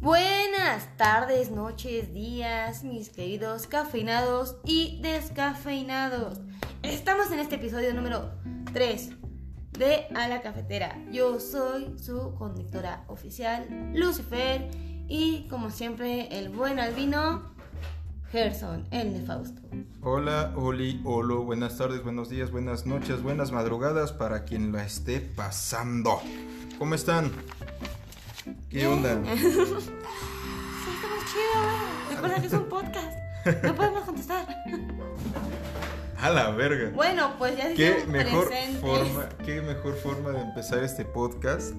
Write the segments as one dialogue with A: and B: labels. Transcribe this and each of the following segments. A: Buenas tardes, noches, días, mis queridos cafeinados y descafeinados. Estamos en este episodio número 3 de A la Cafetera. Yo soy su conductora oficial, Lucifer, y como siempre, el buen albino, Gerson, el de Fausto.
B: Hola, Oli, Olo, buenas tardes, buenos días, buenas noches, buenas madrugadas para quien la esté pasando. ¿Cómo están? ¿Qué onda?
A: Sí, estamos chido. Recuerda que es un podcast. No podemos contestar.
B: A la verga.
A: Bueno, pues ya
B: ¿Qué
A: se
B: mejor, forma, qué mejor forma de empezar este podcast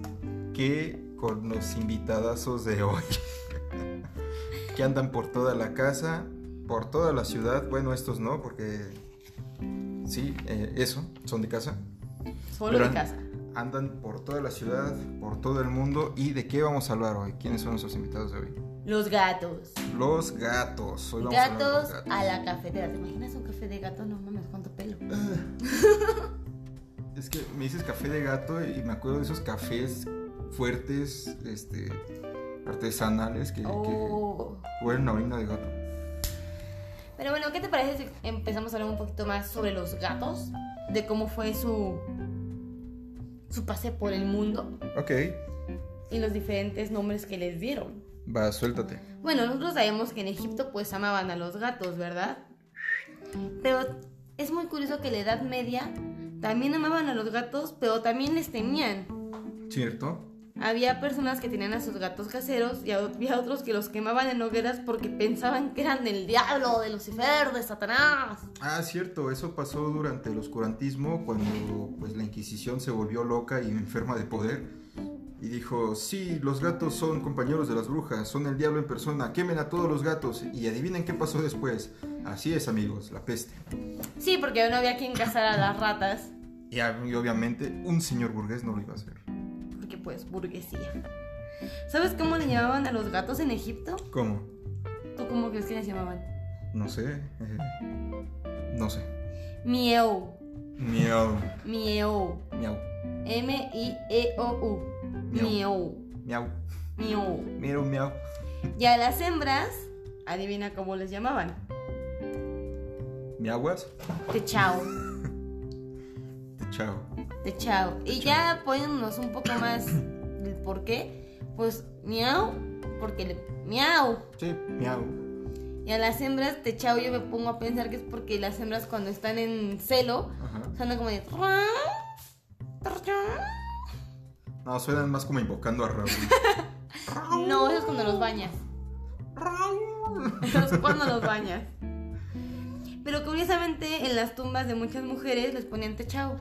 B: que con los invitadazos de hoy. que andan por toda la casa, por toda la ciudad. Bueno, estos no, porque sí, eh, eso, son de casa.
A: Solo de
B: Pero an-
A: casa.
B: Andan por toda la ciudad, por todo el mundo. ¿Y de qué vamos a hablar hoy? ¿Quiénes son nuestros invitados de hoy?
A: Los gatos.
B: Los gatos. Hoy vamos a hablar de los
A: Gatos a la cafetera. ¿Te imaginas un café de gato? No mames, cuánto pelo.
B: Es que me dices café de gato y me acuerdo de esos cafés fuertes, este, artesanales que, que
A: Oh.
B: huelen a orina de gato.
A: Pero bueno, ¿qué te parece si empezamos a hablar un poquito más sobre los gatos? De cómo fue su su pase por el mundo
B: Ok,
A: y los diferentes nombres que les dieron.
B: va, suéltate.
A: Bueno, nosotros sabemos que en Egipto pues amaban a los gatos, ¿verdad? Pero es muy curioso que en la Edad Media también amaban a los gatos, pero también les temían.
B: ¿Cierto?
A: Había personas que tenían a sus gatos caseros y había otros que los quemaban en hogueras porque pensaban que eran del diablo, de Lucifer, de Satanás.
B: Ah, cierto, eso pasó durante el oscurantismo cuando pues, la Inquisición se volvió loca y enferma de poder y dijo, sí, los gatos son compañeros de las brujas, son el diablo en persona, quemen a todos los gatos y adivinen qué pasó después. Así es amigos, la peste.
A: Sí, porque no había quien cazar a las ratas,
B: Y, ab- y obviamente un señor burgués no lo iba a hacer.
A: porque pues burguesía. ¿Sabes cómo le llamaban a los gatos en Egipto?
B: ¿Cómo?
A: ¿Tú cómo crees que les llamaban?
B: No sé. eh, no sé.
A: Miau,
B: Miau.
A: miau,
B: Miau.
A: E M-I-E-O-U, miau,
B: Miau.
A: miau.
B: Miau, miau.
A: Y a las hembras, adivina cómo les llamaban.
B: Miaguas.
A: Te chao.
B: Chao.
A: de chao. Y ya poniéndonos un poco más del por qué, pues miau, porque le miau.
B: Sí, miau.
A: Y a las hembras de chao yo me pongo a pensar que es porque las hembras cuando están en celo,
B: Ajá.
A: suenan como de... ruan, ruan.
B: No, suenan más como invocando a Raúl.
A: No, eso es cuando los bañas. Eso es cuando los bañas. Pero curiosamente en las tumbas de muchas mujeres les ponían techao.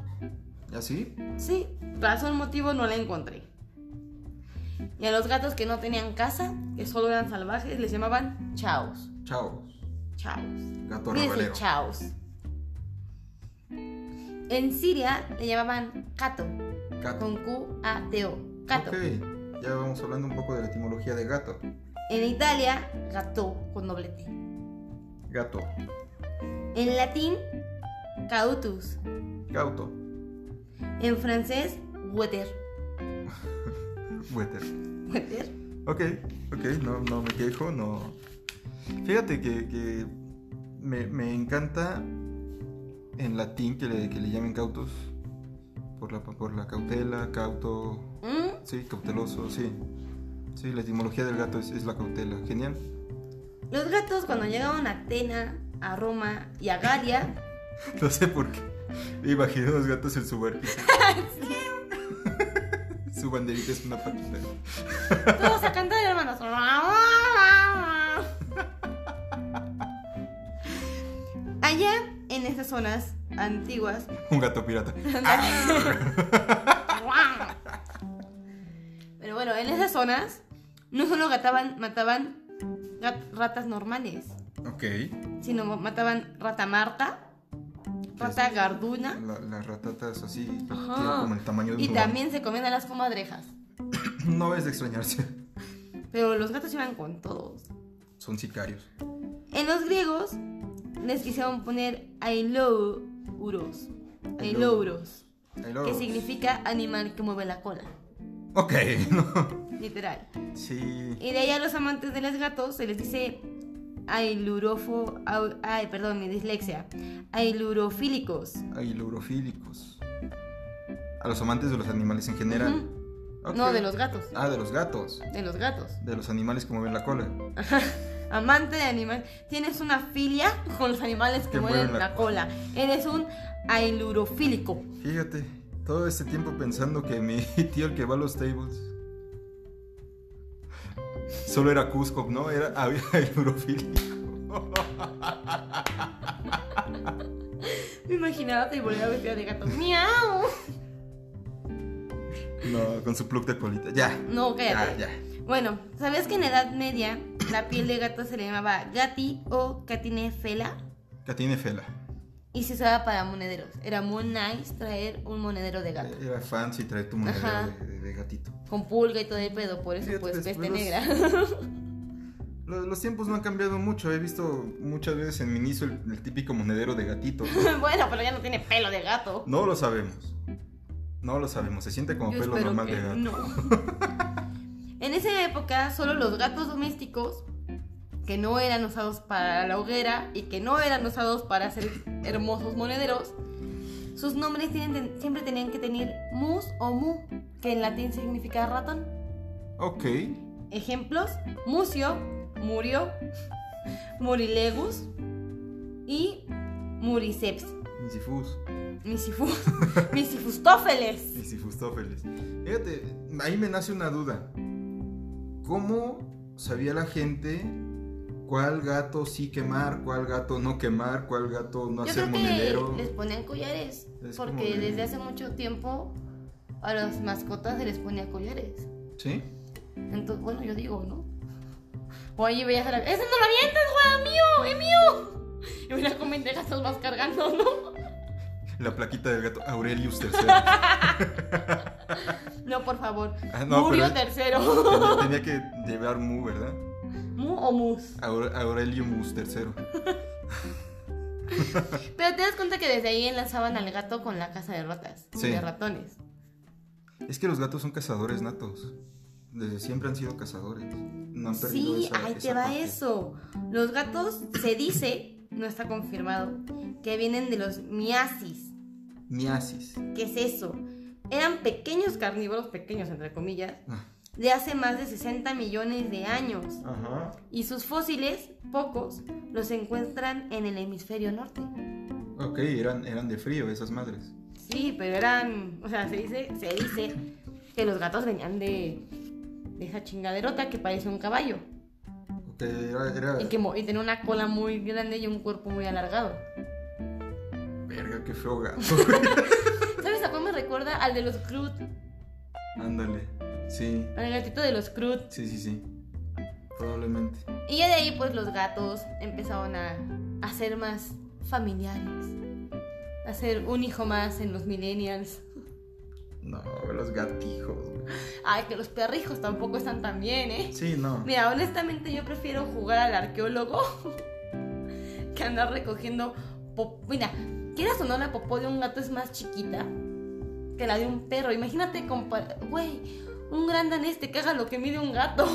B: ¿Y así?
A: Sí, razón, motivo no la encontré. Y a los gatos que no tenían casa, que solo eran salvajes, les llamaban chaos.
B: Chao.
A: Chaos.
B: Gato
A: Dice
B: rabalero.
A: chaos. En Siria le llamaban kato,
B: Gato.
A: con Q-A-T-O. Kato.
B: Ok, ya vamos hablando un poco de la etimología de gato.
A: En Italia, gato, con doble T.
B: Gato.
A: En latín, cautus.
B: Gauto.
A: En francés, weter.
B: Wetter.
A: Weter.
B: Ok, ok, no, no me quejo, no. Fíjate que, que me, me encanta en latín que le, que le llamen cautos. Por la, por la cautela, cauto.
A: Mm,
B: Sí, cauteloso, sí. Sí, la etimología del gato es, es la cautela. Genial.
A: Los gatos cuando llegaban a Atena, a Roma y a Galia,
B: No sé por qué. Me Imagino los gatos en su barquito. su banderita es una patita.
A: Todos a cantar, hermanos. Allá, en esas zonas antiguas,
B: Un gato pirata.
A: pero bueno, en esas zonas no solo gataban- mataban gat- ratas normales,
B: Ok.
A: sino mataban rata marta, rata garduna
B: La- las ratatas así,
A: Ajá.
B: tienen como el tamaño de un
A: y
B: humano.
A: también se comían a las comadrejas.
B: No es de extrañarse.
A: Pero los gatos iban con todos.
B: Son sicarios.
A: En los griegos les quisieron poner ailouros, ailouros,
B: El
A: que significa animal que mueve la cola.
B: Ok, no.
A: literal.
B: Sí.
A: Y de ahí a los amantes de los gatos se les dice ailurofo, au- ay, perdón, mi dislexia, ailurofílicos.
B: Ailurofílicos. A los amantes de los animales en general. Ok.
A: No, de los gatos.
B: Ah, de los gatos.
A: De los gatos.
B: De los animales que mueven la cola.
A: Amante de animal. Tienes una filia con los animales que
B: Que
A: mueven
B: mueven la
A: la cola. Eres un ailurofílico.
B: Fíjate, todo este tiempo pensando que mi tío el que va a los tables. Solo era Cusco, ¿no? Era había ailurofílico.
A: Me imaginaba que volviera vestida de gato. ¡Miau!
B: No, con su plug de colita. Ya.
A: No,
B: Ya,
A: cállate.
B: ya.
A: Bueno, ¿sabías que en la Edad Media la piel de gato se le llamaba gati o catinefela?
B: Catine Fela.
A: Y se usaba para monederos. Era muy nice traer un monedero de gato.
B: Era fancy traer tu monedero
A: Ajá.
B: de, de- de gatito.
A: Con pulga y todo el pedo, por eso
B: Fíjate,
A: pues peste
B: después los-
A: negra.
B: Los, los tiempos no han cambiado mucho. He visto muchas veces en Miniso el, el típico monedero de gatito.
A: bueno, pero ya no tiene pelo de gato.
B: No lo sabemos. No lo sabemos. Se siente como
A: Yo
B: pelo
A: espero
B: normal
A: que
B: de gato.
A: no. en esa época, solo los gatos domésticos que no eran usados para la hoguera y que no eran usados para hacer hermosos monederos, sus nombres tienen- siempre tenían que tener mus o mu, que en latín significa ratón.
B: Ok.
A: Ejemplos: Mucio, Murio, Murilegus y Muriceps.
B: Misifus.
A: Misifus, Misifustófeles.
B: Misifustófeles. Fíjate, ahí me nace una duda. ¿Cómo sabía la gente cuál gato sí quemar, cuál gato no quemar, cuál gato no
A: Yo
B: hacer
A: creo que
B: monedero?
A: les ponían collares.
B: Es como
A: porque
B: de-
A: desde hace mucho tiempo a las mascotas se les ponía collares.
B: ¿Sí?
A: Entonces, bueno, yo digo, ¿no? O ahí veías a la. ¡Ese no lo avientes, güey! ¡Es mío! ¡Es mío! Y mira cómo dejas los vas cargando, ¿no?
B: La plaquita del gato Aurelius Ah, III.
A: No, por favor.
B: Ah, no,
A: Murio
B: pero-
A: tercero.
B: Tenía tenía que llevar Mu, ¿verdad?
A: ¿Mu o mus?
B: Aure- Aurelius III.
A: Pero te das cuenta que desde ahí enlazaban al gato con la casa de ratas.
B: Sí.
A: De ratones.
B: Es que los gatos son cazadores natos. Desde siempre han sido cazadores. No han perdido
A: Sí,
B: esa-
A: ahí
B: esa
A: te va
B: parte.
A: eso. Los gatos se dice, no está confirmado, que vienen de los miasis.
B: Miasis.
A: ¿Qué es eso? Eran pequeños carnívoros, pequeños entre comillas,
B: Ah.
A: de hace más de 60 millones de años.
B: Ajá.
A: Y sus fósiles, pocos, los encuentran en el hemisferio norte.
B: Ok, eran, eran de frío esas madres.
A: Sí, pero eran, o sea, se dice, se dice que los gatos venían de, de esa chingaderota que parece un caballo
B: Ok, era. era-
A: y que mo- y tenía una cola muy grande y un cuerpo muy alargado.
B: Verga, qué feo gato.
A: ¿Sabes a cuál me recuerda? Al de los Crut.
B: Ándale. Sí,
A: Al gatito de los Crut.
B: sí, sí, sí. Probablemente.
A: Y ya de ahí, pues los gatos empezaron a, a ser más familiares. A ser un hijo más en los millennials.
B: No, los gatijos. güey.
A: Ay, que los perrijos tampoco están tan bien, ¿eh?
B: Sí, no.
A: Mira, honestamente yo prefiero jugar al arqueólogo que andar recogiendo... pop- Mira, quieras o no, la popó de un gato es más chiquita que la de un perro. Imagínate, compar- güey, un gran danés te caga lo que mide un gato.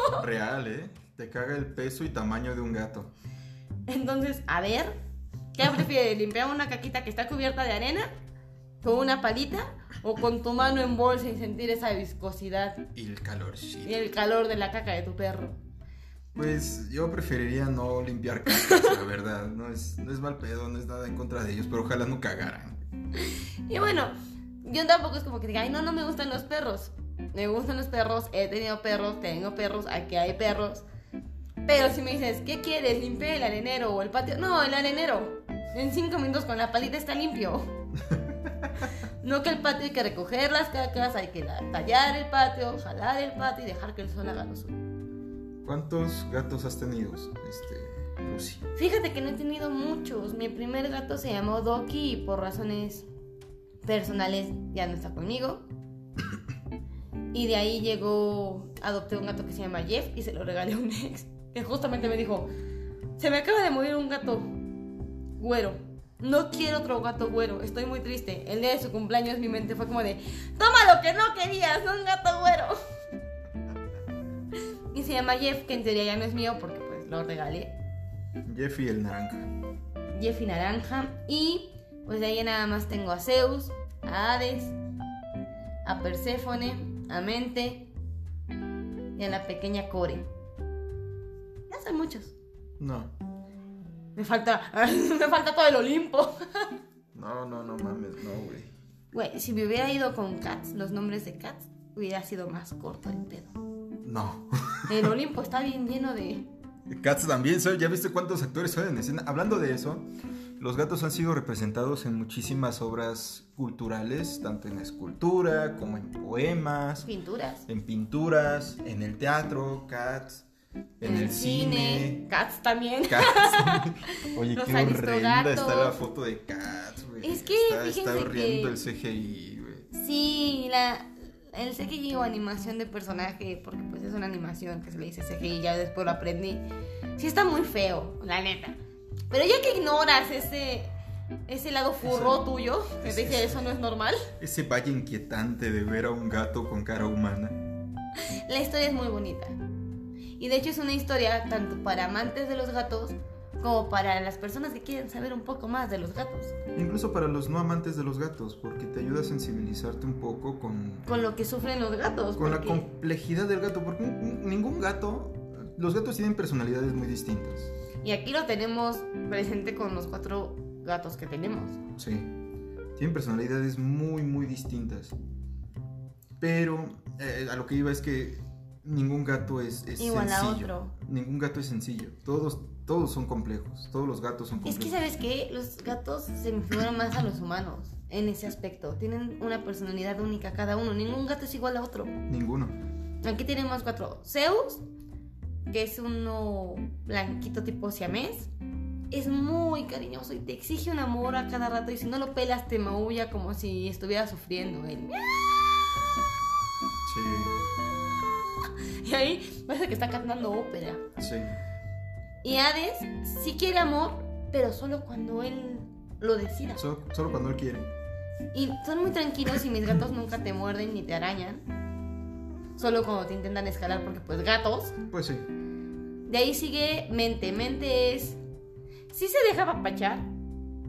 B: Real, ¿eh? Te caga el peso y tamaño de un gato.
A: Entonces, a ver, ¿qué prefieres? ¿Limpiar una caquita que está cubierta de arena con una palita o con tu mano en bolsa y sentir esa viscosidad
B: Y el calorcito.
A: y el calor de la caca de tu perro?
B: Pues yo preferiría no limpiar cacas, la verdad. No es, no es mal pedo, no es nada en contra de ellos, pero ojalá no cagaran.
A: Y bueno, yo tampoco es como que diga, ay, no, no me gustan los perros. Me gustan los perros, he tenido perros, tengo perros, aquí hay perros. Pero si me dices, ¿qué quieres? ¿Limpiar el arenero o el patio? No, el arenero. En cinco minutos con la palita está limpio. No que el patio hay que recoger las cacas, hay que la- tallar el patio, jalar el patio y dejar que el sol haga lo suyo.
B: ¿Cuántos gatos has tenido, este, Lucy?
A: Fíjate que no he tenido muchos. Mi primer gato se llamó Doki y por razones personales ya no está conmigo. Y de ahí llegó, adopté un gato que se llama Jeff y se lo regalé a un ex que justamente me dijo, se me acaba de morir un gato güero. No quiero otro gato güero, estoy muy triste. El día de su cumpleaños mi mente fue como de, toma lo que no querías, un gato güero. Y se llama Jeff, que en teoría ya no es mío porque pues lo regalé.
B: Jeffy el naranja.
A: Jeff y Naranja. Y pues de ahí ya nada más tengo a Zeus, a Hades, a Perséfone, a Mente y a la pequeña Core. Ya son muchos.
B: No.
A: Me falta, me falta todo el Olimpo.
B: No, no, no mames, no, güey.
A: Güey, si me hubiera ido con Cats, los nombres de Cats, hubiera sido más corto el pedo.
B: No.
A: El Olimpo está bien lleno de...
B: Cats también, son- ¿ya viste cuántos actores son en escena? Hablando de eso, los gatos han sido representados en muchísimas obras culturales, tanto en escultura como en poemas,
A: pinturas.
B: en pinturas, en el teatro, Cats, en, el, cine.
A: Cats también.
B: Cats. Oye,
A: Los
B: qué horrenda está la
A: Aristogatos.
B: foto de Cats, güey.
A: Es que
B: está, está
A: fíjense que-
B: horrendo el CGI, güey.
A: Sí, la, el CGI o animación de personaje, porque pues es una animación que se le dice CGI, ya después lo aprendí. Sí está muy feo, la neta. Pero ya que ignoras ese, ese lado furro
B: Ese-
A: tuyo, que te
B: ese-
A: dice eso no es normal,
B: Ese valle inquietante de ver a un gato con cara humana.
A: la historia es muy bonita. Y de hecho es una historia tanto para amantes de los gatos como para las personas que quieren saber un poco más de los gatos.
B: Incluso para los no amantes de los gatos, porque te ayuda a sensibilizarte un poco con
A: Con lo que sufren los gatos.
B: con la
A: porque-
B: complejidad del gato, porque un- un- ningún gato, los gatos tienen personalidades muy distintas.
A: Y aquí lo tenemos presente con los cuatro gatos que tenemos.
B: Sí. Tienen personalidades muy, muy distintas. Pero eh, a lo que iba es que ningún gato es, es
A: Igual a
B: sencillo.
A: otro.
B: Ningún gato es sencillo. Todos, todos son complejos. Todos los gatos son
A: Es
B: complejos.
A: que, ¿sabes qué? Los gatos se me figuran más a los humanos en ese aspecto. Tienen una personalidad única cada uno. Ningún gato es igual a otro.
B: Ninguno.
A: Aquí tenemos cuatro. Zeus, que es uno blanquito tipo siamés. Es muy cariñoso y te exige un amor a cada rato. Y si no lo pelas, te maulla como si estuviera sufriendo él.
B: Sí.
A: Y ahí parece que está cantando ópera.
B: Sí.
A: Y Hades sí quiere amor, pero solo cuando él lo decida.
B: Solo, solo cuando él quiere.
A: Y son muy tranquilos y mis gatos nunca te muerden ni te arañan. Solo cuando te intentan escalar porque pues gatos.
B: Pues sí.
A: De ahí sigue mente. Mente es... Sí se deja papachar,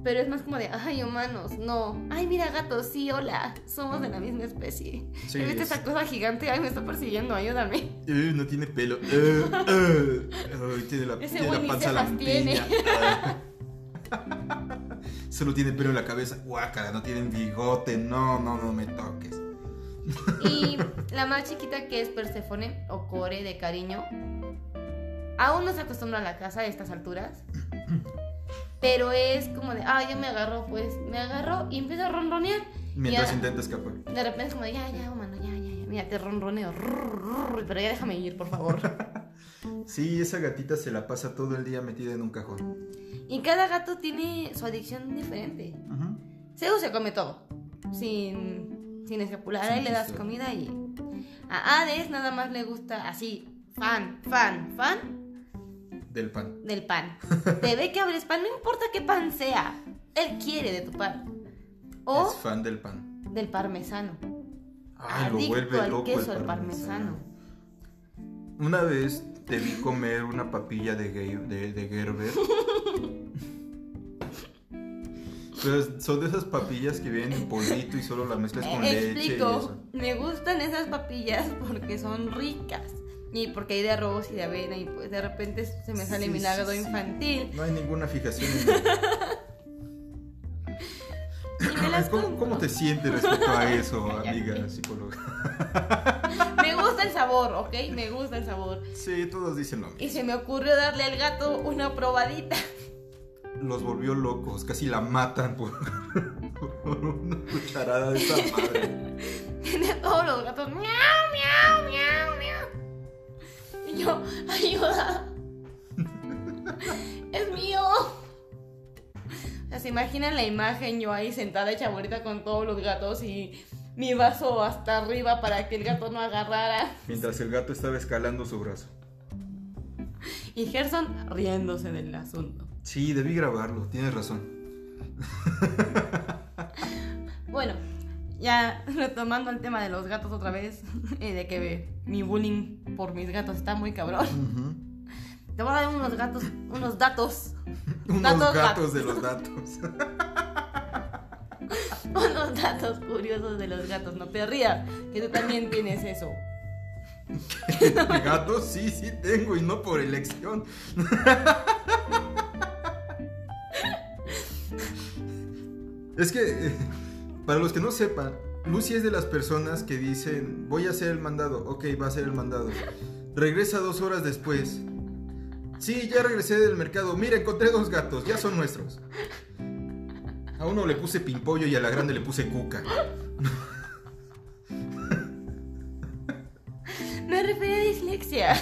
A: pero es más como de, ay humanos, no. Ay mira gatos, sí, hola. Somos de la misma especie.
B: Sí,
A: ¿Ya ¿Viste
B: es-
A: esa cosa gigante? Ay, me está persiguiendo, ayúdame.
B: Eh, no tiene pelo. Eh, eh. Ay, tiene la,
A: Ese
B: tiene
A: güey
B: la
A: ni
B: panza
A: cejas tiene.
B: lampiña. Ah. Solo tiene pelo en la cabeza. Guácala, no tiene bigote. No, no, no me toques.
A: Y la más chiquita que es Persefone o Core de cariño. Aún no se acostumbra a la casa a estas alturas. Pero es como de, ah, ya me agarró, pues me agarró y empieza a ronronear.
B: Mientras
A: Ya.
B: intenta escapar.
A: De repente es como, de, ya, ya, humano, ya, ya, ya, mira, te ronroneo. rrr, rrr, Pero ya déjame ir, por favor.
B: Sí, esa gatita se la pasa todo el día metida en un cajón.
A: Y cada gato tiene su adicción diferente. Zeus se come todo, sin, sin escapular. Ahí
B: Sin
A: le das
B: chiste.
A: comida y. A Hades nada más le gusta así, fan, fan, fan,
B: Del pan.
A: del pan. Te ve que abres pan, no importa qué pan sea. Él quiere de tu pan. O
B: Es fan del pan.
A: del parmesano.
B: Ay, Ah, lo
A: Adicto
B: vuelve
A: al
B: loco
A: queso,
B: el
A: al parmesano.
B: parmesano. Una vez te vi comer una papilla de, Ge- de, de Gerber. Pero son de esas papillas que vienen en polvito y solo la mezclas con
A: Eh,
B: leche. y
A: explico,
B: eso.
A: me gustan esas papillas porque son ricas. Y porque hay de arroz y de avena y pues de repente se me sale
B: Sí,
A: mi
B: sí,
A: lado
B: sí.
A: infantil.
B: No hay ninguna fijación en
A: Y me las
B: ¿Cómo,
A: compro.
B: ¿Cómo te sientes respecto a eso,
A: Ya
B: amiga psicóloga?
A: Me gusta el sabor, ¿ok? Me gusta el sabor.
B: Sí, todos dicen lo mismo.
A: Y se me ocurrió darle al gato una probadita.
B: Los volvió locos, casi la matan por, por una cucharada de esa madre.
A: Tiene todos los gatos. Miau, miau, miau, miau. Y yo, ayuda. es mío. O sea, se imaginan la imagen yo ahí sentada hecha bolita con todos los gatos y mi vaso hasta arriba para que el gato no agarrara.
B: Mientras el gato estaba escalando su brazo.
A: Y Gerson riéndose del asunto.
B: Sí, debí grabarlo, tienes razón.
A: bueno, ya retomando el tema de los gatos otra vez, y de que mi bullying por mis gatos está muy cabrón.
B: Ujú.
A: Te voy a dar unos gatos, unos datos,
B: Unos
A: Datos,
B: gatos, de los datos.
A: unos datos curiosos de los gatos. No te rías, que tú también tienes eso.
B: gatos sí, sí tengo y no por elección. es que, eh, para los que no sepan, Lucy es de las personas que dicen, voy a hacer el mandado, ok, va a ser el mandado. Regresa dos horas después. Sí, ya regresé del mercado. Mira, encontré dos gatos, ya son nuestros. A uno le puse pimpollo y a la grande le puse cuca.
A: Me refería a dislexia.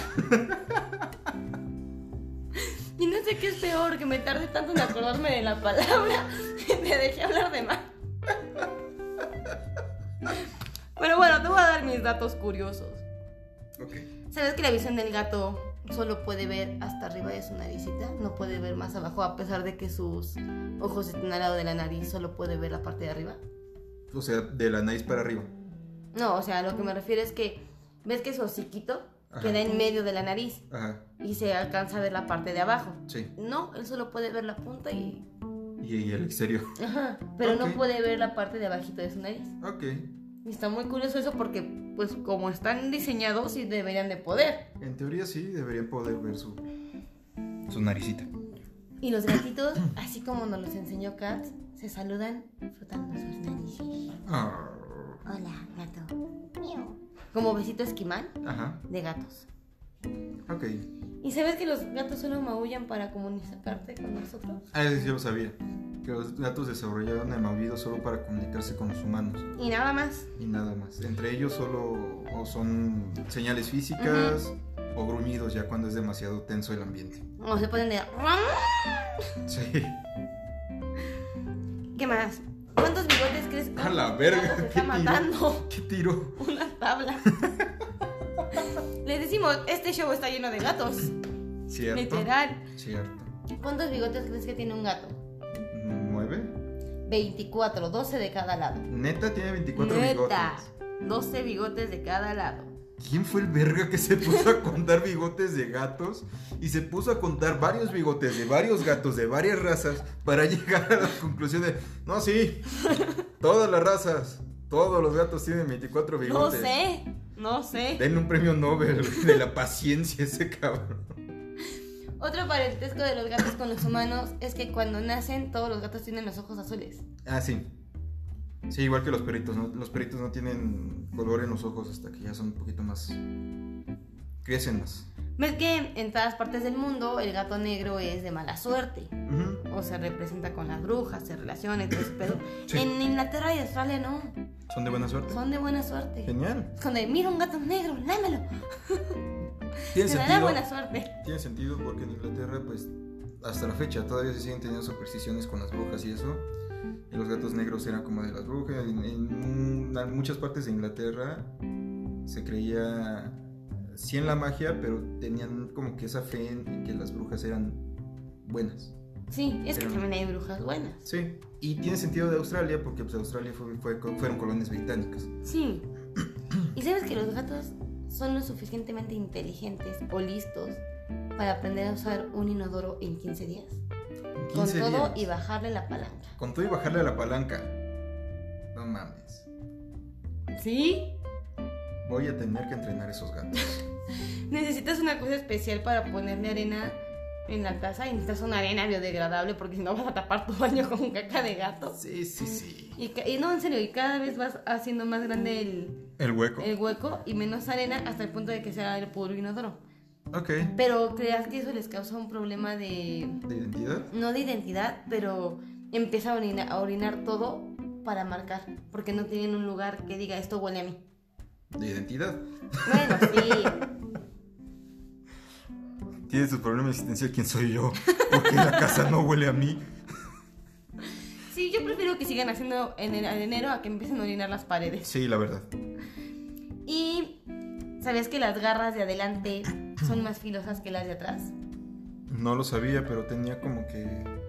A: Y no sé qué es peor, que me tarde tanto en acordarme de la palabra y me dejé hablar de más. Pero bueno, te voy a dar mis datos curiosos.
B: Ok.
A: ¿Sabes que la visión del gato solo puede ver hasta arriba de su naricita? No puede ver más abajo, a pesar de que sus ojos estén al lado de la nariz, solo puede ver la parte de arriba.
B: O sea, de la nariz para arriba.
A: No, o sea, a lo que me refiero es que ves que su hociquito
B: Ajá.
A: queda en medio de la nariz
B: Ajá,
A: y se alcanza a ver la parte de abajo.
B: sí.
A: No, él solo puede ver la punta y...
B: Y, y el exterior.
A: Ajá, pero
B: Ok.
A: no puede ver la parte de abajito de su nariz.
B: Ok,
A: Y está muy curioso eso porque, pues, como están diseñados, sí deberían de poder.
B: en teoría sí deberían poder ver su, su naricita.
A: Y los gatitos, así como nos los enseñó Kat, se saludan frotando sus narices.
B: Ah,
A: Hola, gato. Miau. Como besito esquimal
B: ajá,
A: de gatos.
B: ok.
A: ¿Y sabes que los gatos solo maullan para comunicarte con nosotros?
B: Ah, eso sí lo sabía. Que los gatos desarrollaron el maullido solo para comunicarse con los humanos
A: Y nada más.
B: y nada más. Entre ellos solo o son señales físicas o gruñidos ya cuando es demasiado tenso el ambiente.
A: O se ponen de...
B: Sí.
A: ¿Qué más? ¿Cuántos bigotes crees que
B: A la
A: un gato
B: verga.
A: se está matando?
B: ¿Qué tiro?
A: Una tabla. Les decimos, este show está lleno de gatos.
B: Cierto.
A: Literal.
B: Cierto.
A: ¿Cuántos bigotes crees que tiene un gato?
B: ¿Nueve?
A: 24, 12 de cada lado.
B: Neta tiene 24
A: Neta,
B: bigotes.
A: 12 bigotes de cada lado.
B: ¿Quién fue el verga que se puso a contar bigotes de gatos? Y se puso a contar varios bigotes de varios gatos de varias razas para llegar a la conclusión de, no, sí, todas las razas, todos los gatos tienen 24
A: No
B: bigotes.
A: sé, no sé.
B: Denle un premio Nobel de la paciencia a ese cabrón.
A: Otro parentesco de los gatos con los humanos es que cuando nacen todos los gatos tienen los ojos azules.
B: Ah, sí. Sí, igual que los perritos, ¿no? Los perritos no tienen color en los ojos hasta que ya son un poquito más... Crecen más.
A: Ves que en todas partes del mundo el gato negro es de mala suerte.
B: Ujú.
A: O se representa con las brujas, se relaciona y todo ese pedo.
B: Sí.
A: En Inglaterra y Australia no.
B: Son de buena suerte.
A: Son de buena suerte.
B: Genial.
A: Es Cuando mira un gato negro, lámelo.
B: Tiene
A: Se le da
B: sentido.
A: buena suerte.
B: Tiene sentido porque en Inglaterra, pues, hasta la fecha todavía se siguen teniendo supersticiones con las brujas y eso. Y los gatos negros eran como de las brujas. En, en mu- en muchas partes de Inglaterra se creía, sí en la magia, pero tenían como que esa fe en, en que las brujas eran buenas.
A: Sí, es que
B: Pero-
A: también hay brujas buenas.
B: Sí. Y tiene sentido de Australia porque pues, Australia fue- fue- fueron colonias británicas.
A: Sí. Y sabes que los gatos son lo suficientemente inteligentes o listos para aprender a usar un inodoro en 15 días.
B: En
A: Con
B: 15
A: todo
B: días.
A: y bajarle la palanca.
B: Con todo y bajarle a la palanca. No mames.
A: ¿Sí?
B: Voy a tener que entrenar esos gatos.
A: Necesitas una cosa especial para ponerle arena en la taza y necesitas una arena biodegradable porque si no vas a tapar tu baño con caca de gato.
B: Sí, sí, sí.
A: Y, ca- y no, en serio, y cada vez vas haciendo más grande el,
B: El hueco.
A: el hueco y menos arena hasta el punto de que sea el puro inodoro.
B: Ok.
A: Pero creas que eso les causa un problema de,
B: ¿De identidad?
A: no de identidad, pero empieza a orina- a orinar todo para marcar, porque no tienen un lugar que diga esto huele a mí.
B: De identidad.
A: Bueno, sí.
B: Tiene sus problemas de existencia quién soy yo. Porque la casa no huele a mí.
A: Sí, yo prefiero que sigan haciendo en el en enero a que empiecen a orinar las paredes.
B: Sí, la verdad.
A: Y ¿sabías que las garras de adelante son más filosas que las de atrás?
B: No lo sabía, pero tenía como que.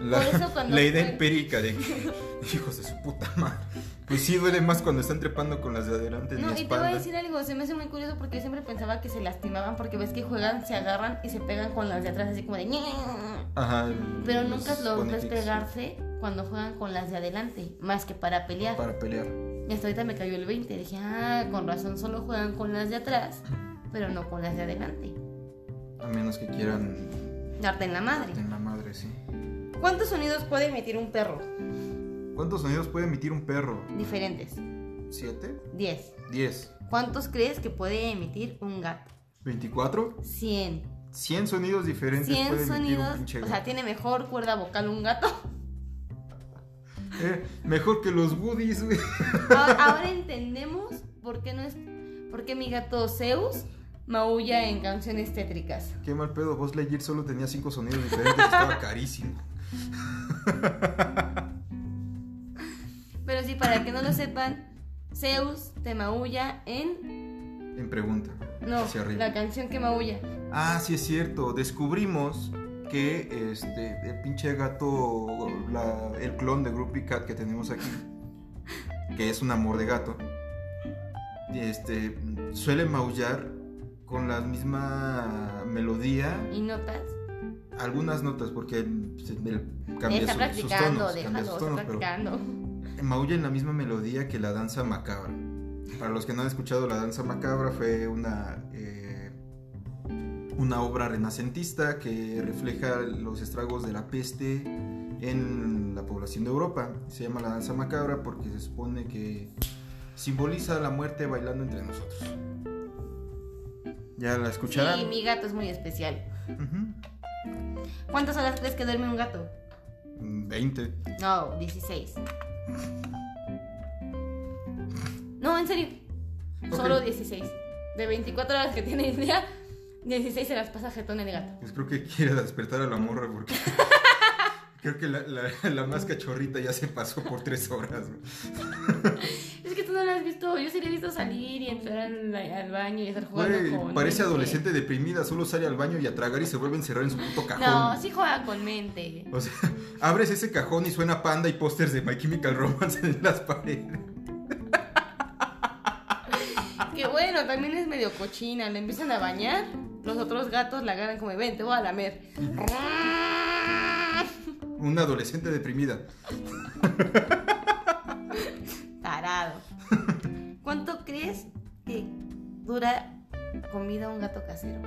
B: La,
A: Por eso cuando
B: la idea
A: fue-
B: empírica de que, hijos de su puta madre. Pues sí duele más cuando están trepando con las de adelante en
A: No,
B: la
A: y te voy
B: espalda.
A: a decir algo, se me hace muy curioso porque yo siempre pensaba que se lastimaban porque ves que juegan, se agarran y se pegan con las de atrás así como de...
B: Ajá.
A: Pero
B: los
A: nunca los ves
B: pontifex.
A: pegarse cuando juegan con las de adelante, más que para pelear.
B: Para pelear.
A: Y hasta ahorita me cayó el 20, dije, ah, con razón solo juegan con las de atrás, pero no con las de adelante.
B: A menos que quieran
A: Darte en la madre.
B: en la madre, sí.
A: ¿Cuántos sonidos puede emitir un perro?
B: ¿Cuántos sonidos puede emitir un perro?
A: Diferentes.
B: ¿Siete?
A: 10.
B: ¿Diez?
A: ¿Cuántos crees que puede emitir un gato?
B: ¿Veinticuatro?
A: 100.
B: ¿Cien sonidos diferentes
A: 100
B: puede emitir un
A: sonidos.
B: pinche
A: O sea,
B: gato?
A: tiene mejor cuerda vocal un gato.
B: Eh, mejor que los Woodies, güey.
A: Ahora, ahora entendemos por qué no es. Por qué mi gato Zeus maulla en canciones tétricas.
B: Qué mal pedo, Buzz Lightyear solo tenía cinco sonidos diferentes, estaba carísimo.
A: Pero sí, para que no lo sepan, Zeus te maulla en.
B: En pregunta.
A: No,
B: hacia arriba.
A: la canción que maulla.
B: Ah, sí es cierto. Descubrimos que este el pinche gato, la- el clon de Groupie Cat que tenemos aquí, que es un amor de gato, este suele maullar con la misma melodía,
A: Y notas.
B: algunas notas porque él, se- él cambia
A: está
B: su- sus
A: practicando,
B: tonos, cambia
A: déjalo,
B: sus
A: está
B: tonos, pero
A: practicando.
B: Maulla en la misma melodía que la danza macabra. Para los que no han escuchado, la danza macabra fue una, eh, una obra renacentista que refleja los estragos de la peste en la población de Europa. Se llama la danza macabra porque se supone que simboliza la muerte bailando entre nosotros. Ya la escucharán.
A: Sí, mi gato es muy especial.
B: Ujú.
A: ¿Cuántas horas crees que duerme un gato?
B: Mm, 20.
A: No, 16. No, en serio.
B: Ok.
A: Solo 16. De 24 horas que tiene el día, 16 se las pasa jetón el gato.
B: Pues creo que quiere despertar a la morra porque creo que la, la- la más cachorrita ya se pasó por tres horas. güey.
A: Es que tú no lo has visto. Yo sí le he visto salir y entrar al, al baño y estar jugando
B: Güey,
A: con.
B: parece
A: mente.
B: adolescente deprimida, solo sale al baño y a tragar y se vuelve a encerrar en su puto cajón.
A: No, sí juega con mente.
B: O sea, abres ese cajón y suena panda y pósters de My Chemical Romance en las paredes.
A: Que bueno, también es medio cochina. Le empiezan a bañar. Los otros gatos la ganan como, ven, te voy a lamer.
B: Una adolescente deprimida.
A: Tarado. ¿Cuánto crees que dura comida un gato casero?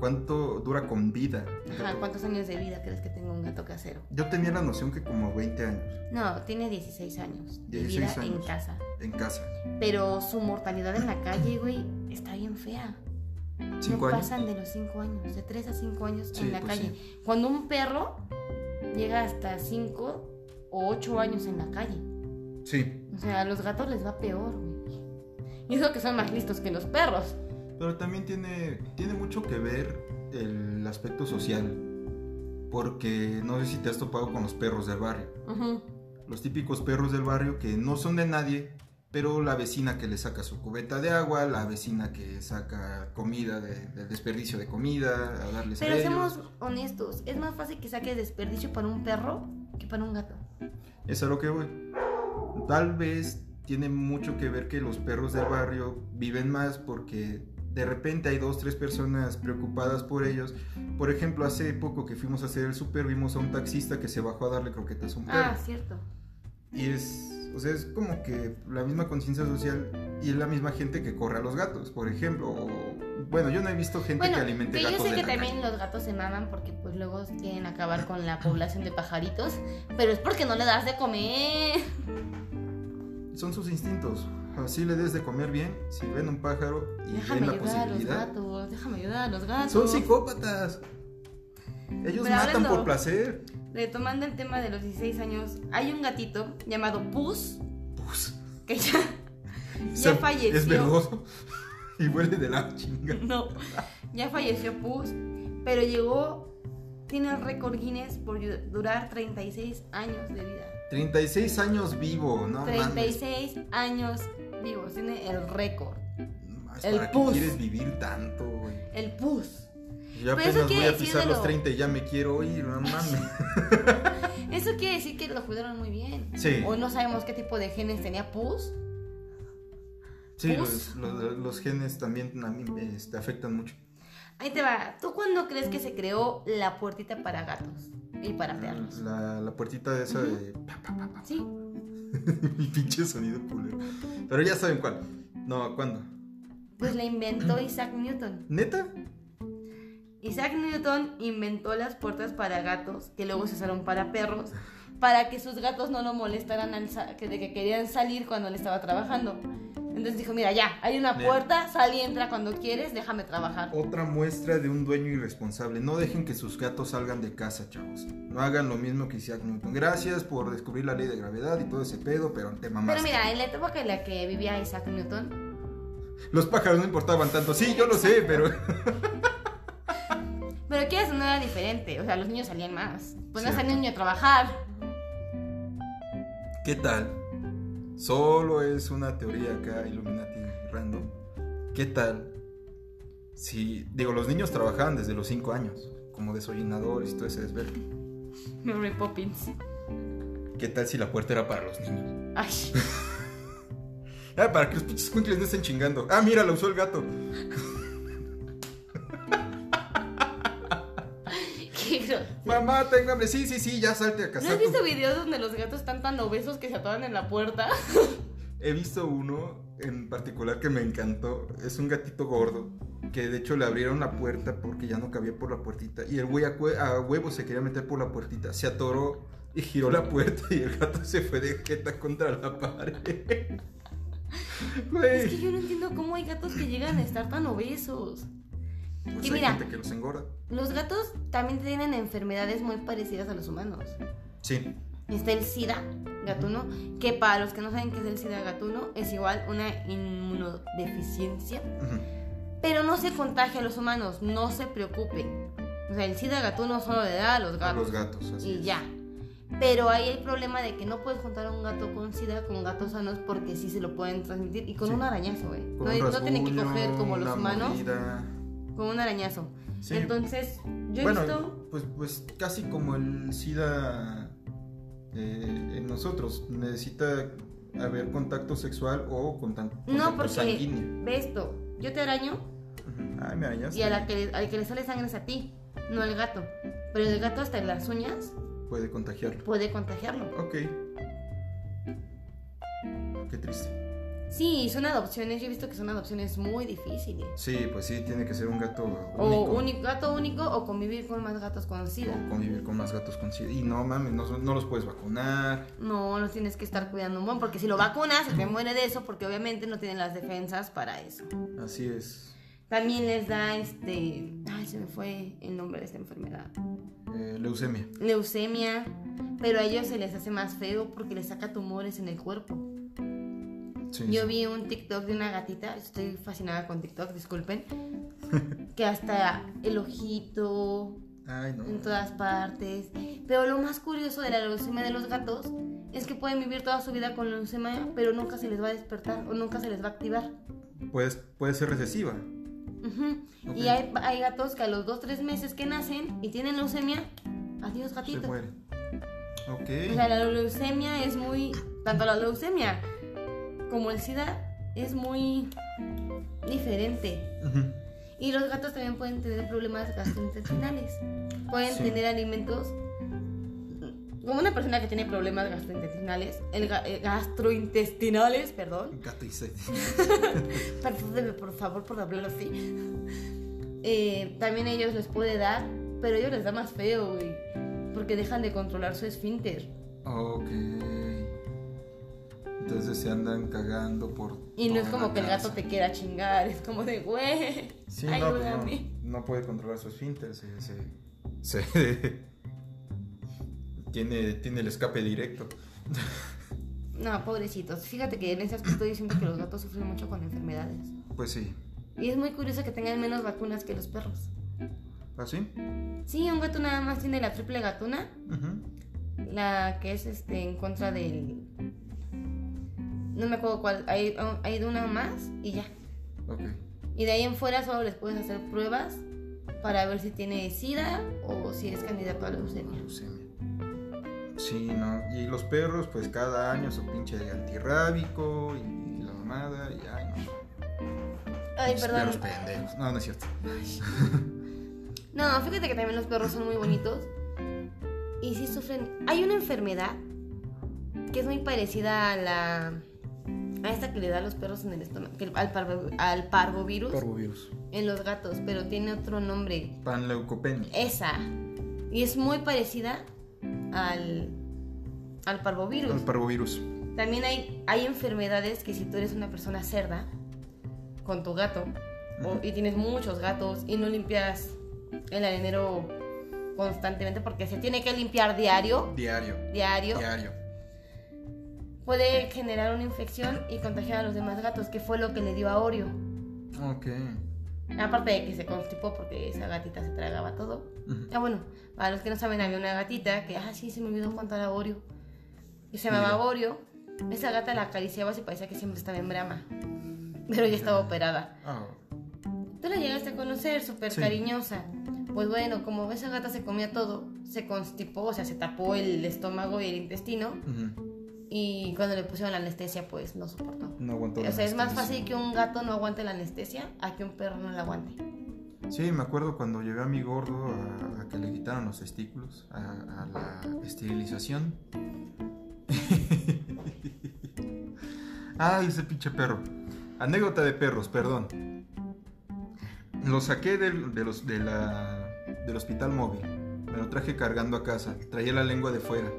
B: ¿Cuánto dura con vida?
A: Ajá, ¿cuántos años de vida crees que tenga un gato casero?
B: Yo tenía la noción que como 20 años
A: No, tiene 16 años de
B: 16
A: vida en
B: años.
A: casa.
B: en casa.
A: Pero su mortalidad en la calle, güey, está bien fea. no
B: ¿Cinco años?
A: pasan de los 5 años, de 3 a 5 años
B: Sí,
A: en la
B: pues
A: calle. Cuando un perro llega hasta 5 o 8 años en la calle.
B: Sí.
A: O sea, a los gatos les va peor, güey. Y eso que son más listos que los perros.
B: Pero también tiene, tiene mucho que ver el aspecto social. Porque no sé si te has topado con los perros del barrio.
A: Ujú.
B: Los típicos perros del barrio que no son de nadie, pero la vecina que le saca su cubeta de agua, la vecina que saca comida de- del desperdicio de comida, a darles a
A: Pero
B: ellos.
A: seamos honestos, es más fácil que saques desperdicio para un perro que para un gato.
B: Es a lo que voy. Tal vez tiene mucho que ver que los perros del barrio viven más porque de repente hay dos, tres personas preocupadas por ellos. Por ejemplo, hace poco que fuimos a hacer el super, vimos a un taxista que se bajó a darle croquetas a un perro.
A: Ah, cierto.
B: Y es, o sea, es como que la misma conciencia social y es la misma gente que corre a los gatos, por ejemplo. o- bueno, yo no he visto gente
A: Bueno,
B: que alimente
A: que yo
B: gatos
A: sé
B: de
A: que
B: la
A: también los gatos se maman porque pues luego quieren acabar con la población de pajaritos, pero es porque no le das de comer.
B: calle. Son sus instintos. Así le des de comer bien, si ven un pájaro y
A: Déjame
B: ven la
A: ayudar a los
B: posibilidad.
A: gatos, déjame ayudar a los gatos.
B: Son psicópatas.
A: Pero
B: Ellos matan
A: hablando-
B: por placer.
A: Retomando el tema de los 16 años, hay un gatito llamado Pus
B: Pues,
A: que ya,
B: o
A: ya
B: sea,
A: falleció.
B: Es verdoso y huele de la chinga.
A: No, ya falleció Pus, pero llegó, tiene el récord Guinness por yu- durar 36 años de vida.
B: 36 años vivo, no mames.
A: 36 años vivos, tiene el récord.
B: No mames,
A: El
B: ¿Para qué
A: pus.
B: quieres vivir tanto, güey?
A: El Pus.
B: O sea,
A: Pero
B: yo
A: Pues eso
B: apenas voy
A: quiere
B: a
A: decir
B: pisar
A: de
B: los
A: lo-
B: 30 y ya me quiero ir, no mames.
A: Eso quiere decir que lo cuidaron muy bien.
B: Sí.
A: O no sabemos qué tipo de genes tenía pus.
B: Sí,
A: Pues-
B: los, los- los genes también a mí me, este, afectan mucho.
A: Ahí te va. ¿Tú cuándo crees que se creó la puertita para gatos y para perros?
B: La, la puertita de esa de...
A: Sí.
B: Mi pinche sonido culero. Pero ya saben cuál. No, ¿cuándo?
A: Pues la inventó Isaac Newton.
B: ¿Neta?
A: Isaac Newton inventó las puertas para gatos, que luego se usaron para perros, para que sus gatos no lo molestaran al sa- que de que querían salir cuando él estaba trabajando. Entonces dijo, mira, ya, hay una
B: Bien. Oh,
A: puerta, sal y entra cuando quieres, déjame trabajar.
B: Otra muestra de un dueño irresponsable. No dejen que sus gatos salgan de casa, chavos. No hagan lo mismo que Isaac Newton. Gracias por descubrir la ley de gravedad y todo ese pedo, pero te
A: Pero
B: mamaste.
A: mira, en la época en la que vivía Isaac Newton,
B: Los pájaros no importaban tanto. Sí, yo lo sé, pero...
A: pero que eso no era diferente, o sea, los niños salían más. Pues no
B: Cierto.
A: salía niño a trabajar.
B: ¿Qué tal? Solo es una teoría acá, Illuminati random. ¿Qué tal? Si, digo, los niños trabajaban desde los 5 años, como desollinadores y todo ese desvergue.
A: Mary Poppins.
B: ¿Qué tal si la puerta era para los niños?
A: Ay,
B: Ah, para que los pinches cuincles no estén chingando. Ah, mira, la usó el gato.
A: qué gros-
B: Mamá, tengo hambre. Sí, sí, sí, ya salte a
A: ¿No
B: cazar.
A: has
B: con-
A: visto videos donde los gatos están tan obesos que se atoran en la puerta?
B: He visto uno en particular que me encantó. Es un gatito gordo. Que de hecho le abrieron la puerta porque ya no cabía por la puertita. Y el güey a, cue- a huevo se quería meter por la puertita. Se atoró y giró la puerta y el gato se fue de jeta contra la pared.
A: Es que
B: Güey.
A: yo no entiendo cómo hay gatos que llegan a estar tan obesos.
B: Pues
A: Y
B: hay
A: mira.
B: gente que los engorda.
A: Los gatos también tienen enfermedades muy parecidas a los humanos.
B: Sí.
A: Está el SIDA gatuno, que para los que no saben qué es el SIDA gatuno, es igual una inmunodeficiencia,
B: Ujú.
A: pero no se contagia a los humanos, no se preocupen. O sea, el SIDA gatuno solo le da a los
B: A
A: gatos.
B: los gatos. Así
A: y
B: es.
A: ya. Pero ahí el problema de que no puedes juntar a un gato con sida con gatos sanos porque sí se lo pueden transmitir y con
B: Sí.
A: un arañazo, güey. No,
B: Con un
A: no tienen que
B: rasguño,
A: coger como los
B: una
A: humanos
B: mordida.
A: con un arañazo.
B: Sí.
A: Entonces, yo he
B: bueno,
A: visto.
B: pues, pues casi como el SIDA eh, en nosotros. Necesita haber contacto sexual o contan- contacto,
A: No, porque
B: sanguíneo.
A: ve esto: yo te araño
B: Ujú. Ay, me arañaste.
A: y a la que, al que le sale sangre es a ti, no al gato. Pero el gato, hasta en las uñas,
B: Puede contagiarlo.
A: puede contagiarlo.
B: Ok. Qué triste.
A: Sí, son adopciones. Yo he visto que son adopciones muy difíciles.
B: Sí, pues sí, tiene que ser un gato único.
A: O un gato único o convivir con más gatos con sida.
B: O convivir con más gatos con SIDA. Y no mames, no, no los puedes vacunar.
A: No, los tienes que estar cuidando un buen, porque si lo vacunas, se te muere de eso, porque obviamente no tienen las defensas para eso.
B: Así es.
A: También les da este. Ay, se me fue el nombre de esta enfermedad.
B: Eh, leucemia.
A: Leucemia. Pero a ellos se les hace más feo porque les saca tumores en el cuerpo.
B: Sí,
A: Yo
B: sí.
A: vi un TikTok de una gatita, estoy fascinada con TikTok, disculpen. Que hasta el ojito,
B: Ay, no.
A: en todas partes. Pero lo más curioso de la leucemia de los gatos es que pueden vivir toda su vida con leucemia, pero nunca se les va a despertar o nunca se les va a activar.
B: Puedes- puede ser recesiva.
A: Ujú.
B: Ok.
A: Y hay, hay gatos que a los 2-3 meses que nacen y tienen leucemia, adiós
B: Se
A: gatito.
B: muere. Ok.
A: O sea, la leucemia es muy... Tanto la leucemia como el SIDA es muy diferente.
B: Ujú.
A: Y los gatos también pueden tener problemas gastrointestinales. Pueden
B: Sí.
A: tener alimentos. Como una persona que tiene problemas gastrointestinales, el ga- eh, gastrointestinales, perdón,
B: Gato y sed.
A: perdóneme por favor por hablar así. Eh, también a ellos les puede dar, pero a ellos les da más feo, güey, porque dejan de controlar su esfínter.
B: Ok. Entonces se andan cagando por.
A: Y no
B: toda
A: es como
B: la
A: que el gato
B: casa.
A: te quiera chingar, es como de, güey,
B: Sí, no, pues no,
A: ayúdame.
B: no puede controlar su esfínter. Se. se- se- tiene, tiene el escape directo.
A: no, pobrecitos. Fíjate que en ese aspecto yo siento que los gatos sufren mucho con enfermedades.
B: Pues sí.
A: Y es muy curioso que tengan menos vacunas que los perros.
B: ¿Así?
A: Sí, un gato nada más tiene la triple gatuna,
B: Ujú.
A: la que es este en contra del no me acuerdo cuál, hay, hay de una más y ya.
B: Ok.
A: Y de ahí en fuera solo les puedes hacer pruebas para ver si tiene sida o si es candidata a leucemia.
B: Leucemia. Pues Sí, ¿no? Y los perros, pues cada año su pinche antirrábico y la mamada y ay, no.
A: Ay,
B: Los perros
A: perdón.
B: pendejos. No, no es cierto.
A: No, fíjate que también los perros son muy bonitos. Y sí sufren. Hay una enfermedad que es muy parecida a la. a esta que le da a los perros en el estómago. que- al, parvo, al parvovirus
B: Parvovirus.
A: en los gatos, pero tiene otro nombre.
B: Panleucopenia.
A: Esa. Y es muy parecida al. al parvovirus.
B: El parvovirus.
A: También hay, hay enfermedades que si tú eres una persona cerda con tu gato o- y tienes muchos gatos y no limpias el arenero constantemente porque se tiene que limpiar diario,
B: Diario.
A: diario,
B: Diario.
A: puede generar una infección y contagiar a los demás gatos, que fue lo que le dio a Oreo.
B: Ok.
A: Aparte de que se constipó porque esa gatita se tragaba todo.
B: Ujú.
A: Ah, bueno, para los que no saben, había una gatita que, ah, sí, se me olvidó contar a Oreo. Y se llamaba
B: Mira.
A: Oreo. Esa gata la acariciaba y parecía que siempre estaba en brama. Pero ya estaba operada.
B: Ah,
A: Tú la llegaste a conocer, súper
B: Sí.
A: cariñosa. Pues bueno, como esa gata se comía todo, se constipó, o sea, se tapó el estómago y el intestino.
B: ujú.
A: Y cuando le pusieron la anestesia, pues no soportó.
B: No aguantó.
A: O
B: la
A: sea, es más
B: anestesia.
A: fácil que un gato no aguante la anestesia a que un perro no la aguante.
B: Sí, me acuerdo cuando llevé a mi gordo a, a que le quitaron los testículos a, a la esterilización. Ay, ese pinche perro. Anécdota de perros, perdón. Lo saqué del, de los, de la- del hospital móvil. Me lo traje cargando a casa. Traía la lengua de fuera.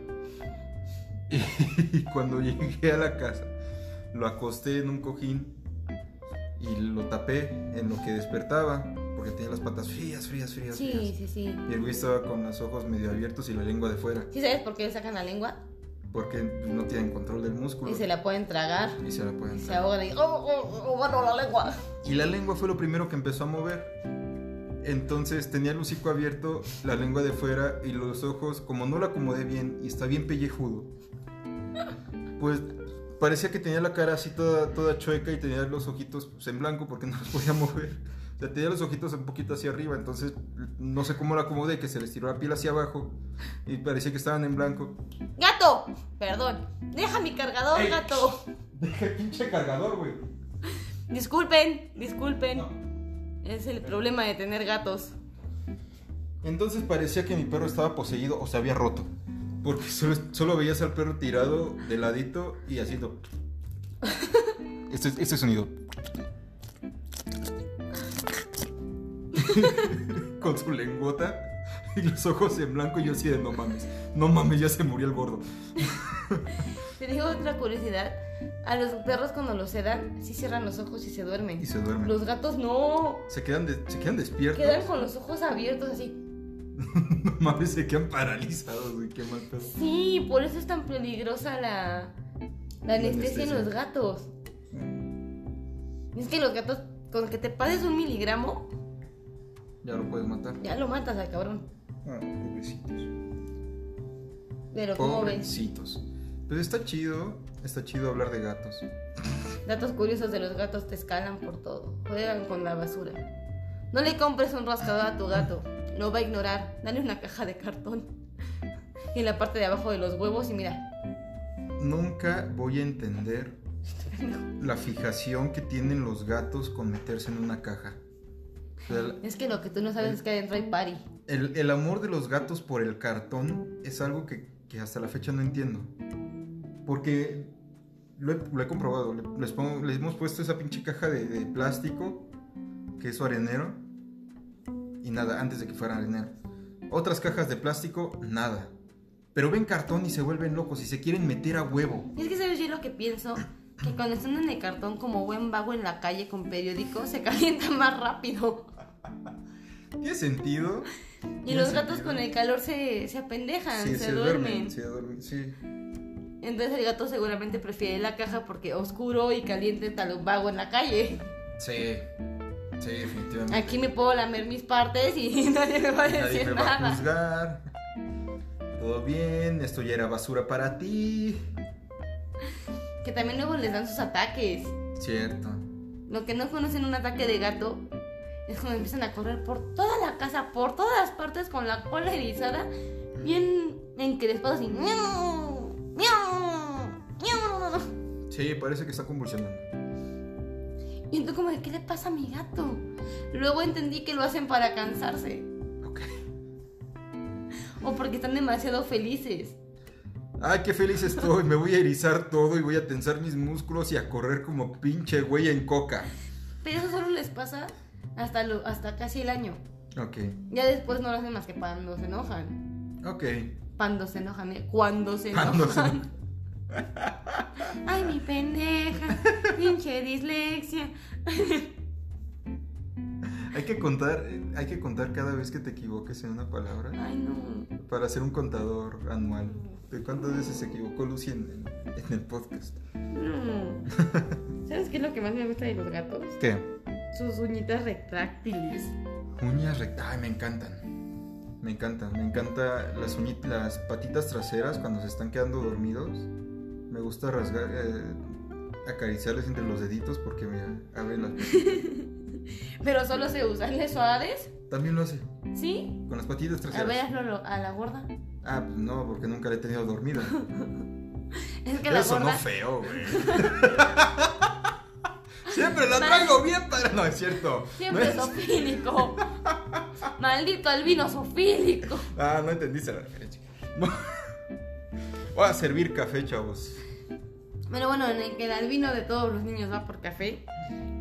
B: Y cuando llegué a la casa, lo acosté en un cojín y lo tapé en lo que despertaba, porque tenía las patas frías, frías, frías,
A: Sí,
B: frías.
A: sí, sí.
B: Y el güey estaba con los ojos medio abiertos y la lengua de fuera,
A: ¿Sí sabes por qué le sacan la lengua?
B: porque no tienen control del músculo.
A: Y se la pueden tragar.
B: y se la pueden
A: Y se
B: tragar.
A: ahogan y. ¡Oh, oh, oh! Bueno, la lengua.
B: Y la lengua fue lo primero que empezó a mover. Entonces tenía el hocico abierto, la lengua de fuera y los ojos, como no la acomodé bien y está bien pellejudo, pues parecía que tenía la cara así toda, toda chueca y tenía los ojitos pues, en blanco porque no los podía mover. O sea, tenía los ojitos un poquito hacia arriba, entonces no sé cómo la acomodé, que se les tiró la piel hacia abajo y parecía que estaban en blanco.
A: ¡Gato! Perdón. Deja mi cargador,
B: Ey.
A: gato.
B: Deja el pinche cargador, güey.
A: Disculpen, disculpen.
B: No.
A: Es el problema de tener gatos.
B: Entonces parecía que mi perro estaba poseído o se había roto. Porque solo, solo veías al perro tirado de ladito y haciendo. Este, este sonido. Con su lengüota y los ojos en blanco. Y yo así de no mames. No mames, ya se murió el gordo.
A: Te digo otra curiosidad. A los perros cuando los sedan, sí cierran los ojos y se duermen.
B: Y se duermen.
A: Los gatos no.
B: Se quedan, de- se quedan despiertos.
A: Quedan con los ojos abiertos así.
B: No mames, se quedan paralizados. güey, Qué mal pedo.
A: Sí, por eso es tan peligrosa la, la
B: La
A: anestesia en
B: anestesia.
A: los gatos. Es que los gatos, con que te pases un miligramo,
B: Ya lo puedes matar.
A: ya lo matas al cabrón.
B: Ah, pobrecitos.
A: Pero como ves,
B: Pobrecitos. Pero está chido, está chido hablar de gatos.
A: datos curiosos de los gatos te escalan por todo. Juegan con la basura. No le compres un rascador a tu gato. Lo va a ignorar. Dale una caja de cartón. Y en la parte de abajo de los huevos y mira.
B: Nunca voy a entender la fijación que tienen los gatos con meterse en una caja. O sea, el-
A: Es que lo que tú no sabes es que adentro hay pari.
B: el, el amor de los gatos por el cartón es algo que, que hasta la fecha no entiendo. Porque lo he, lo he comprobado, le- les, pongo- les hemos puesto esa pinche caja de, de plástico, que es su arenero, y nada, antes de que fuera arenero. Otras cajas de plástico, nada. Pero ven cartón y se vuelven locos y se quieren meter a huevo.
A: Y es que sabes yo lo que pienso, que cuando están en el cartón como buen vago en la calle con periódico, se calientan más rápido.
B: Tiene sentido.
A: Y
B: Tiene
A: los gatos
B: sentido.
A: con el calor se, se apendejan,
B: Sí,
A: se, duermen.
B: se duermen, sí.
A: Entonces el gato seguramente prefiere la caja porque oscuro y caliente está lo vago en la calle.
B: Sí, sí, definitivamente.
A: Aquí me puedo lamer mis partes y nadie me va a
B: Nadie
A: decir
B: me va a
A: nada.
B: juzgar. Todo bien, esto ya era basura para ti.
A: Que también luego les dan sus ataques.
B: Cierto.
A: Lo que no conocen un ataque de gato Es cuando empiezan a correr por toda la casa, por todas las partes con la cola erizada, bien encrespados y miau, miau, miau.
B: Sí, parece que está convulsionando.
A: Y entonces como, de, ¿qué le pasa a mi gato? Luego entendí que lo hacen para cansarse
B: Ok.
A: o porque están demasiado felices.
B: Ay, qué feliz estoy. Me voy a erizar todo y voy a tensar mis músculos y a correr como pinche güey en coca.
A: Pero eso solo les pasa hasta, lo, hasta casi el año.
B: Ok,
A: Ya después no lo hacen más que cuando se enojan.
B: ok.
A: Cuando se enojan, eh, cuando se enojan.
B: Cuando se-
A: Ay, mi pendeja, pinche dislexia.
B: Hay que contar, eh, hay que contar cada vez que te equivoques en una palabra
A: Ay, no.
B: para ser un contador anual. ¿De cuántas veces se equivocó Lucy en, en- en el podcast?
A: no. ¿Sabes qué es lo que más me gusta de los gatos?
B: ¿Qué?
A: Sus uñitas retráctiles.
B: Uñas rectas. Ay, me encantan. Me encantan. Me encantan las, uñi- las patitas traseras cuando se están quedando dormidos. Me gusta rasgar, eh, acariciarles entre los deditos porque me abre las.
A: Pero solo se usan suaves,
B: También lo hace.
A: ¿sí?
B: Con las patitas
A: A
B: traseras.
A: ver, hazlo lo- a la gorda.
B: Ah, pues no, porque nunca la he tenido dormida.
A: Es que
B: Pero
A: la
B: eso no
A: gorda.
B: feo, güey. Siempre la traigo bien para. No, es cierto.
A: Siempre
B: no es-
A: sofílico. Maldito albino sofílico.
B: Ah, no entendiste la referencia. No. Voy a servir café, chavos.
A: Pero bueno, en el que el albino de todos los niños va por café,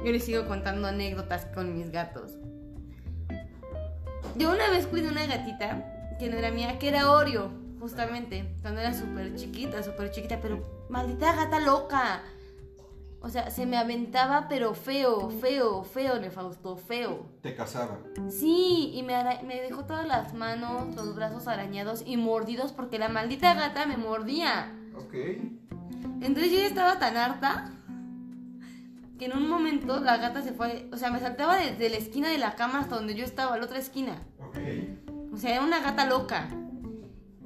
A: yo les sigo contando anécdotas con mis gatos. Yo una vez cuidé una gatita que no era mía, que era Oreo, justamente, cuando era súper chiquita, súper chiquita, pero maldita gata loca. O sea, se me aventaba, pero feo, feo, feo, Nefausto, feo.
B: Te casaba.
A: Sí, y me, ara- me dejó todas las manos, los brazos arañados y mordidos porque la maldita gata me mordía.
B: Ok.
A: Entonces yo ya estaba tan harta que en un momento la gata se fue, o sea, me saltaba desde la esquina de la cama hasta donde yo estaba, a la otra esquina.
B: Ok.
A: O sea, era una gata loca.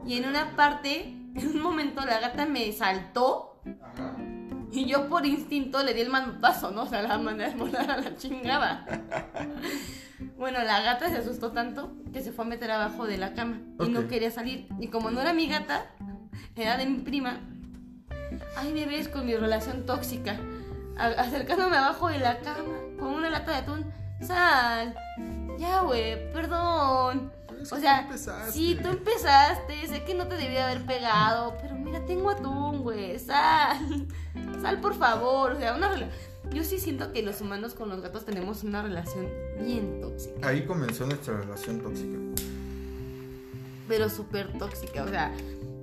A: Y en una parte, en un momento la gata me saltó
B: Ajá.
A: y yo por instinto le di el manotazo, ¿no? O sea, la mandé a volar a la chingada. Bueno, la gata se asustó tanto que se fue a meter abajo de la cama y no
B: Ok.
A: quería salir. Y como no era mi gata, era de mi prima. Ahí me ves con mi relación tóxica, a- acercándome abajo de la cama con una lata de atún. Sal, ya, güey, perdón.
B: Pero es
A: O
B: que
A: sea,
B: tú empezaste.
A: sí, tú empezaste, sé que no te debía haber pegado, pero mira, tengo atún, güey, sal, sal por favor, o sea, una rela- Yo sí siento que los humanos con los gatos tenemos una relación bien tóxica.
B: Ahí comenzó nuestra relación tóxica.
A: pero súper tóxica. O sea,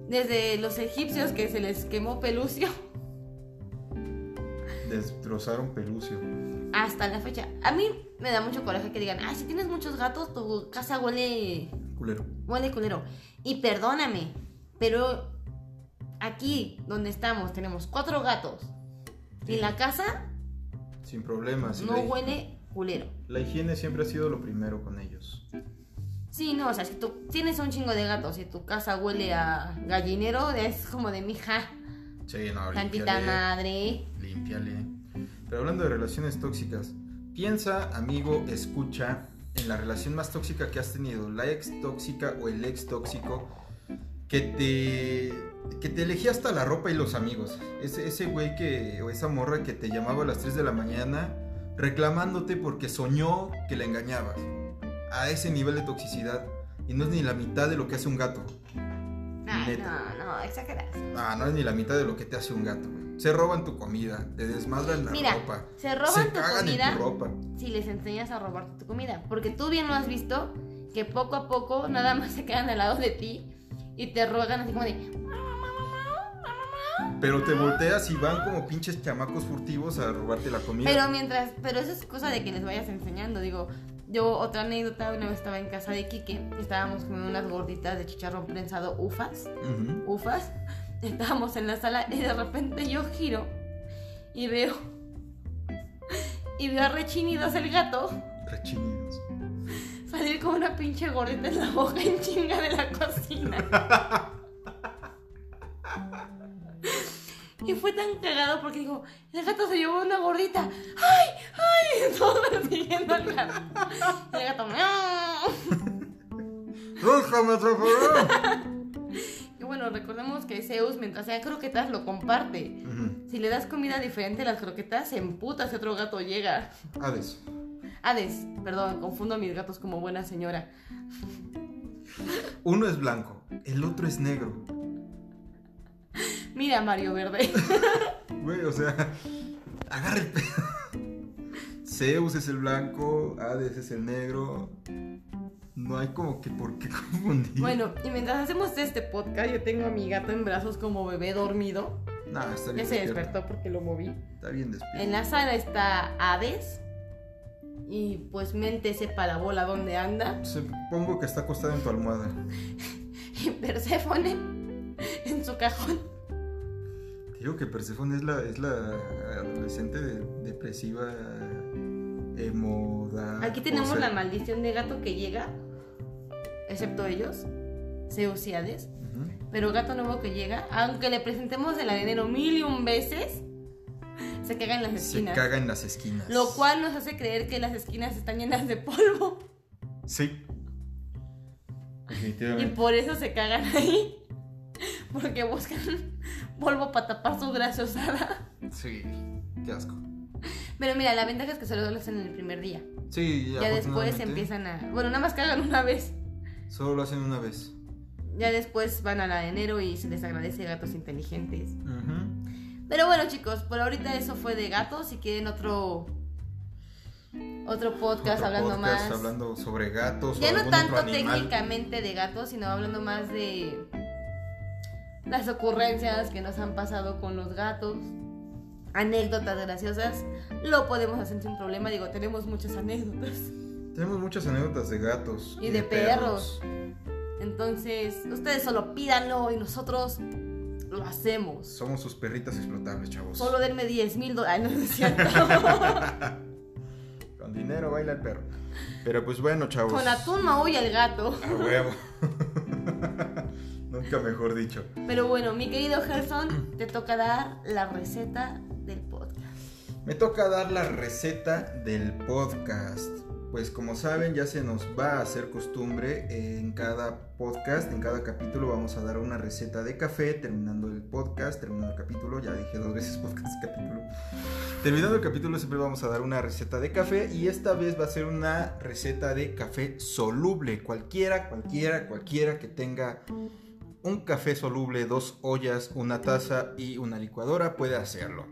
A: desde los egipcios que se les quemó Pelucio
B: Destrozaron Pelucio.
A: hasta la fecha. A mí me da mucho coraje que digan, ay, si tienes muchos gatos, tu casa huele,
B: Culero.
A: huele culero. Y perdóname, pero aquí donde estamos tenemos cuatro gatos y
B: Sí.
A: la casa
B: Sin problemas.
A: no
B: la, hi-
A: huele culero.
B: la higiene siempre ha sido lo primero con ellos.
A: Sí, no, o sea, si tú tienes un chingo de gatos y tu casa huele a gallinero, es como de mija,
B: Sí, no,
A: tantita
B: límpiale.
A: madre.
B: Límpiale. Pero hablando de relaciones tóxicas, piensa, amigo, escucha, en la relación más tóxica que has tenido, la ex tóxica o el ex tóxico, que te, que te elegía hasta la ropa y los amigos. Ese, ese güey que, o esa morra que te llamaba a las 3 de la mañana reclamándote porque soñó que la engañabas. A ese nivel de toxicidad. Y no es ni la mitad de lo que hace un gato.
A: Ay,
B: Neta.
A: no, no, exageras.
B: Ah, no es ni la mitad de lo que te hace un gato, güey. Se roban tu comida, te desmadran la
A: Mira,
B: ropa.
A: se roban
B: se
A: tu
B: cagan
A: comida
B: en tu ropa.
A: si les enseñas a robarte tu comida. Porque tú bien lo has visto, que poco a poco nada más se quedan al lado de ti y te ruegan así como de,
B: Pero te volteas y van como pinches chamacos furtivos a robarte la comida.
A: pero mientras, pero eso es cosa de que les vayas enseñando. Digo, yo otra anécdota, una vez estaba en casa de Quique, estábamos comiendo unas gorditas de chicharrón prensado, ufas,
B: Ujú.
A: ufas, estábamos en la sala y de repente yo giro y veo, y veo a Rechinidos el gato.
B: Rechinidos.
A: Salir con una pinche gordita en la boca en chinga de la cocina. Y fue tan cagado porque dijo, el gato se llevó una gordita. ¡Ay! ¡Ay! Todo así. persiguiendo al gato. Y el gato, miau.
B: ¡Déjame trabajar!
A: Y bueno, recordemos que Zeus, mientras sea croquetas, lo comparte.
B: Ujú.
A: Si le das comida diferente a las croquetas, se emputa si otro gato llega.
B: Hades.
A: Hades, perdón, confundo a mis gatos como buena señora.
B: Uno es blanco, el otro es negro.
A: Mira, Mario Verde.
B: Güey, o sea, agarra el pedo. Zeus es el blanco, Hades es el negro. No hay como que por qué confundir.
A: Bueno, y mientras hacemos este podcast, yo tengo a mi gato en brazos como bebé dormido.
B: Nah, está
A: Ya
B: bien
A: se
B: despierto.
A: despertó porque lo moví.
B: Está bien despierto.
A: En la sala está Hades. Y pues mente sepa la bola donde anda.
B: Supongo que está acostada en tu almohada.
A: Y Perséfone en su cajón.
B: Te digo que Persephone es la, es la adolescente de- depresiva, emoda.
A: Aquí tenemos la maldición de gato que llega. Excepto ellos. Zeus y Hades. Pero gato nuevo que llega, aunque le presentemos el arenero mil y un veces, se caga en las
B: Se
A: esquinas.
B: caga en las esquinas.
A: Lo cual nos hace creer que las esquinas están llenas de polvo.
B: Sí.
A: Y
B: Definitivamente.
A: por eso se cagan ahí. Porque buscan polvo para tapar su grasa usada.
B: Sí. Qué asco.
A: Pero mira, la ventaja es que solo lo hacen en el primer día.
B: Sí,
A: Ya después
B: afortunadamente,
A: empiezan a... Bueno, nada más cagan una vez.
B: Solo lo hacen una vez.
A: Ya después van al arenero y se les agradece gatos inteligentes.
B: Ujú.
A: Pero bueno, chicos, por ahorita eso fue de gatos. Si quieren otro otro podcast
B: Otro
A: hablando
B: podcast
A: más.
B: hablando sobre gatos.
A: ya
B: o
A: no
B: algún
A: tanto
B: otro animal.
A: técnicamente de gatos, sino hablando más de las ocurrencias que nos han pasado con los gatos. Anécdotas graciosas. Lo podemos hacer sin problema. Digo, tenemos muchas anécdotas.
B: Tenemos muchas anécdotas de gatos.
A: Y de perros. Entonces, ustedes solo pídanlo y nosotros lo hacemos.
B: Somos sus perritas explotables, chavos.
A: Solo denme 10 mil dólares. No, no es cierto.
B: Con dinero baila el perro. Pero pues bueno, chavos.
A: Con atún maulla el gato.
B: A huevo. Nunca mejor dicho.
A: Pero bueno, mi querido Gerson, te toca dar la receta del podcast.
B: Me toca dar la receta del podcast. Pues como saben, ya se nos va a hacer costumbre en cada podcast, en cada capítulo vamos a dar una receta de café, terminando el podcast, terminando el capítulo, ya dije dos veces podcast, capítulo. Terminando el capítulo siempre vamos a dar una receta de café y esta vez va a ser una receta de café soluble, cualquiera, cualquiera, cualquiera que tenga un café soluble, dos ollas, una taza y una licuadora puede hacerlo.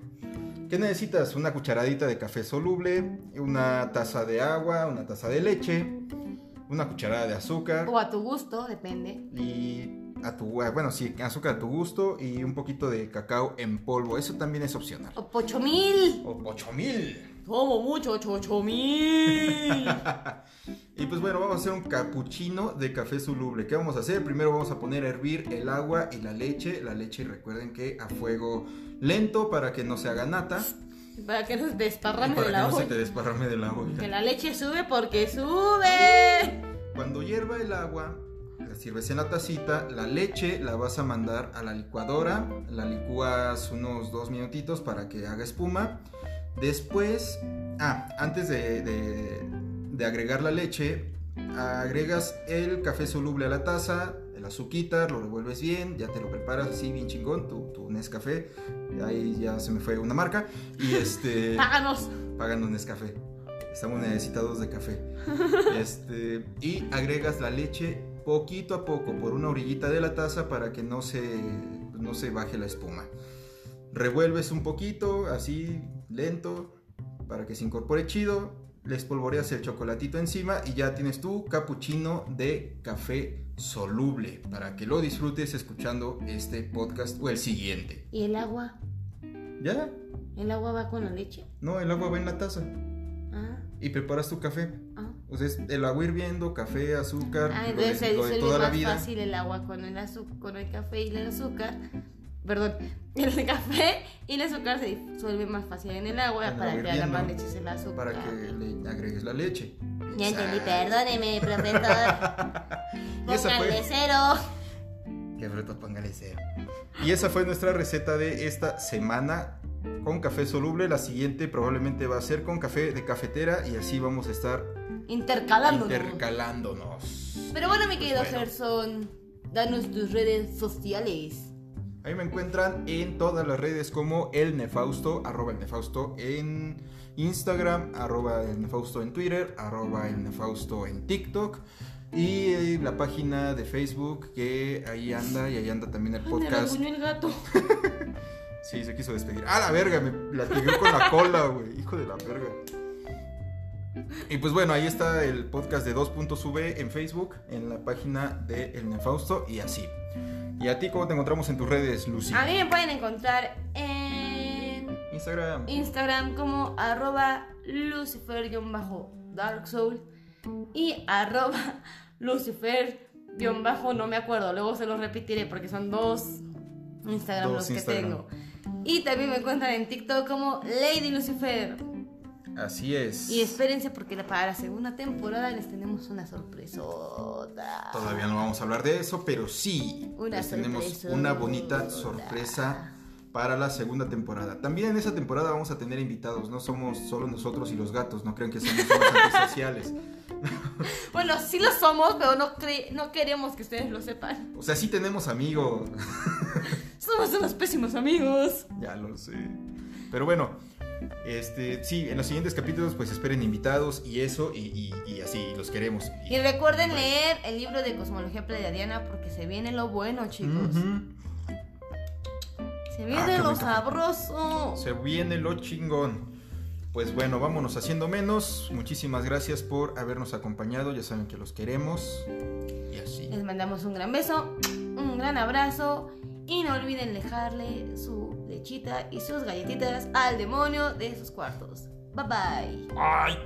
B: ¿Qué necesitas? Una cucharadita de café soluble, una taza de agua, una taza de leche, una cucharada de azúcar
A: O a tu gusto, depende.
B: y a tu bueno, sí, azúcar a tu gusto y un poquito de cacao en polvo. Eso también es opcional.
A: O pocho mil.
B: O 8000.
A: Como mucho, ocho, ocho mil.
B: Y pues bueno, vamos a hacer un capuchino de café soluble. ¿Qué vamos a hacer? Primero vamos a poner a hervir el agua y la leche. La leche, recuerden que a fuego lento para que no se haga nata.
A: Para que nos
B: Y
A: desparrame
B: para
A: de
B: que
A: la
B: no se
A: olla.
B: te desparrame de la
A: Que
B: olla.
A: la leche sube porque sube.
B: Cuando hierva el agua, la sirves en la tacita. La leche la vas a mandar a la licuadora. La licúas unos dos minutitos para que haga espuma. Después, ah, antes de, de- de agregar la leche, agregas el café soluble a la taza, el azuquita, lo revuelves bien, ya te lo preparas así bien chingón, tu, tu Nescafé, ahí ya se me fue una marca, y este,
A: Páganos.
B: pagan un Nescafé, estamos necesitados de café, este, y agregas la leche poquito a poco por una orillita de la taza para que no se, no se baje la espuma revuelves un poquito, así lento, para que se incorpore chido, le espolvoreas el chocolatito encima y ya tienes tu capuchino de café soluble, para que lo disfrutes escuchando este podcast o el siguiente.
A: ¿Y el agua?
B: ¿Ya?
A: ¿El agua va con la leche?
B: No, el agua va en la taza
A: Ah,
B: y preparas tu café.
A: ah.
B: O sea, es el agua hirviendo, café, azúcar,
A: Ah,
B: lo de-
A: entonces se
B: lo de
A: disuelve
B: toda la
A: más
B: vida.
A: fácil el agua con el azúcar, con el café y el azúcar. Perdón, el café y el azúcar se disuelve más fácil en el agua
B: En el
A: para
B: agua
A: que haga más
B: hirviendo,
A: leches el azúcar.
B: Para que le agregues la leche.
A: Ya entendí,
B: Exacto.
A: perdóneme, profesor.
B: Y esa fue-
A: Póngale cero.
B: Que frutos póngale Y esa fue nuestra receta de esta semana. con café soluble, la siguiente probablemente va a ser con café de cafetera y así vamos a estar
A: Intercalándonos.
B: intercalándonos.
A: Pero bueno, mi
B: Pues
A: querido
B: bueno.
A: Gerson, danos tus redes sociales.
B: Ahí me encuentran en todas las redes como el nefausto, arroba el nefausto en Instagram, arroba el nefausto en Twitter, arroba el nefausto en TikTok y eh, la página de Facebook que ahí anda y ahí anda también el
A: Ay, me
B: podcast.
A: rasguñó el gato.
B: Sí, se quiso despedir. ¡Ah, la verga! Me latigueó con la cola, güey. Hijo de la verga. Y pues bueno, ahí está el podcast de 2.V en Facebook, en la página de El Nefausto y así. ¿Y a ti cómo te encontramos en tus redes, Lucy?
A: A mí me pueden encontrar en
B: Instagram.
A: Instagram como arroba lucifer-dark soul y arroba lucifer bajo no me acuerdo, luego se los repetiré porque son dos Instagram
B: Dos
A: los que
B: Instagram.
A: tengo. Y también me encuentran en TikTok como Lady Lucifer.
B: Así es.
A: Y espérense porque la- para la segunda temporada les tenemos una sorpresota.
B: Todavía no vamos a hablar de eso, pero sí
A: Una
B: les tenemos
A: sorpresa.
B: una bonita sorpresa para la segunda temporada. También en esa temporada vamos a tener invitados, no somos solo nosotros y los gatos, no crean que somos unos antisociales.
A: Bueno, sí lo somos, pero no, cre- no queremos que ustedes lo sepan.
B: O sea, sí tenemos amigos.
A: Somos unos pésimos amigos.
B: Ya lo sé. Pero bueno, este, sí, en los siguientes capítulos pues esperen invitados y eso y, y- y así, los queremos.
A: Y recuerden leer el libro de Cosmología Pleiadiana porque se viene lo bueno, chicos.
B: Ujú.
A: Se
B: Ah,
A: viene
B: qué
A: lo
B: rico.
A: sabroso.
B: Se viene lo chingón. Pues bueno, vámonos haciendo menos. Muchísimas gracias por habernos acompañado. Ya saben que los queremos. Y así.
A: Les mandamos un gran beso, un gran abrazo y no olviden dejarle su lechita y sus galletitas al demonio de sus cuartos. Bye bye.
B: ¡Ay!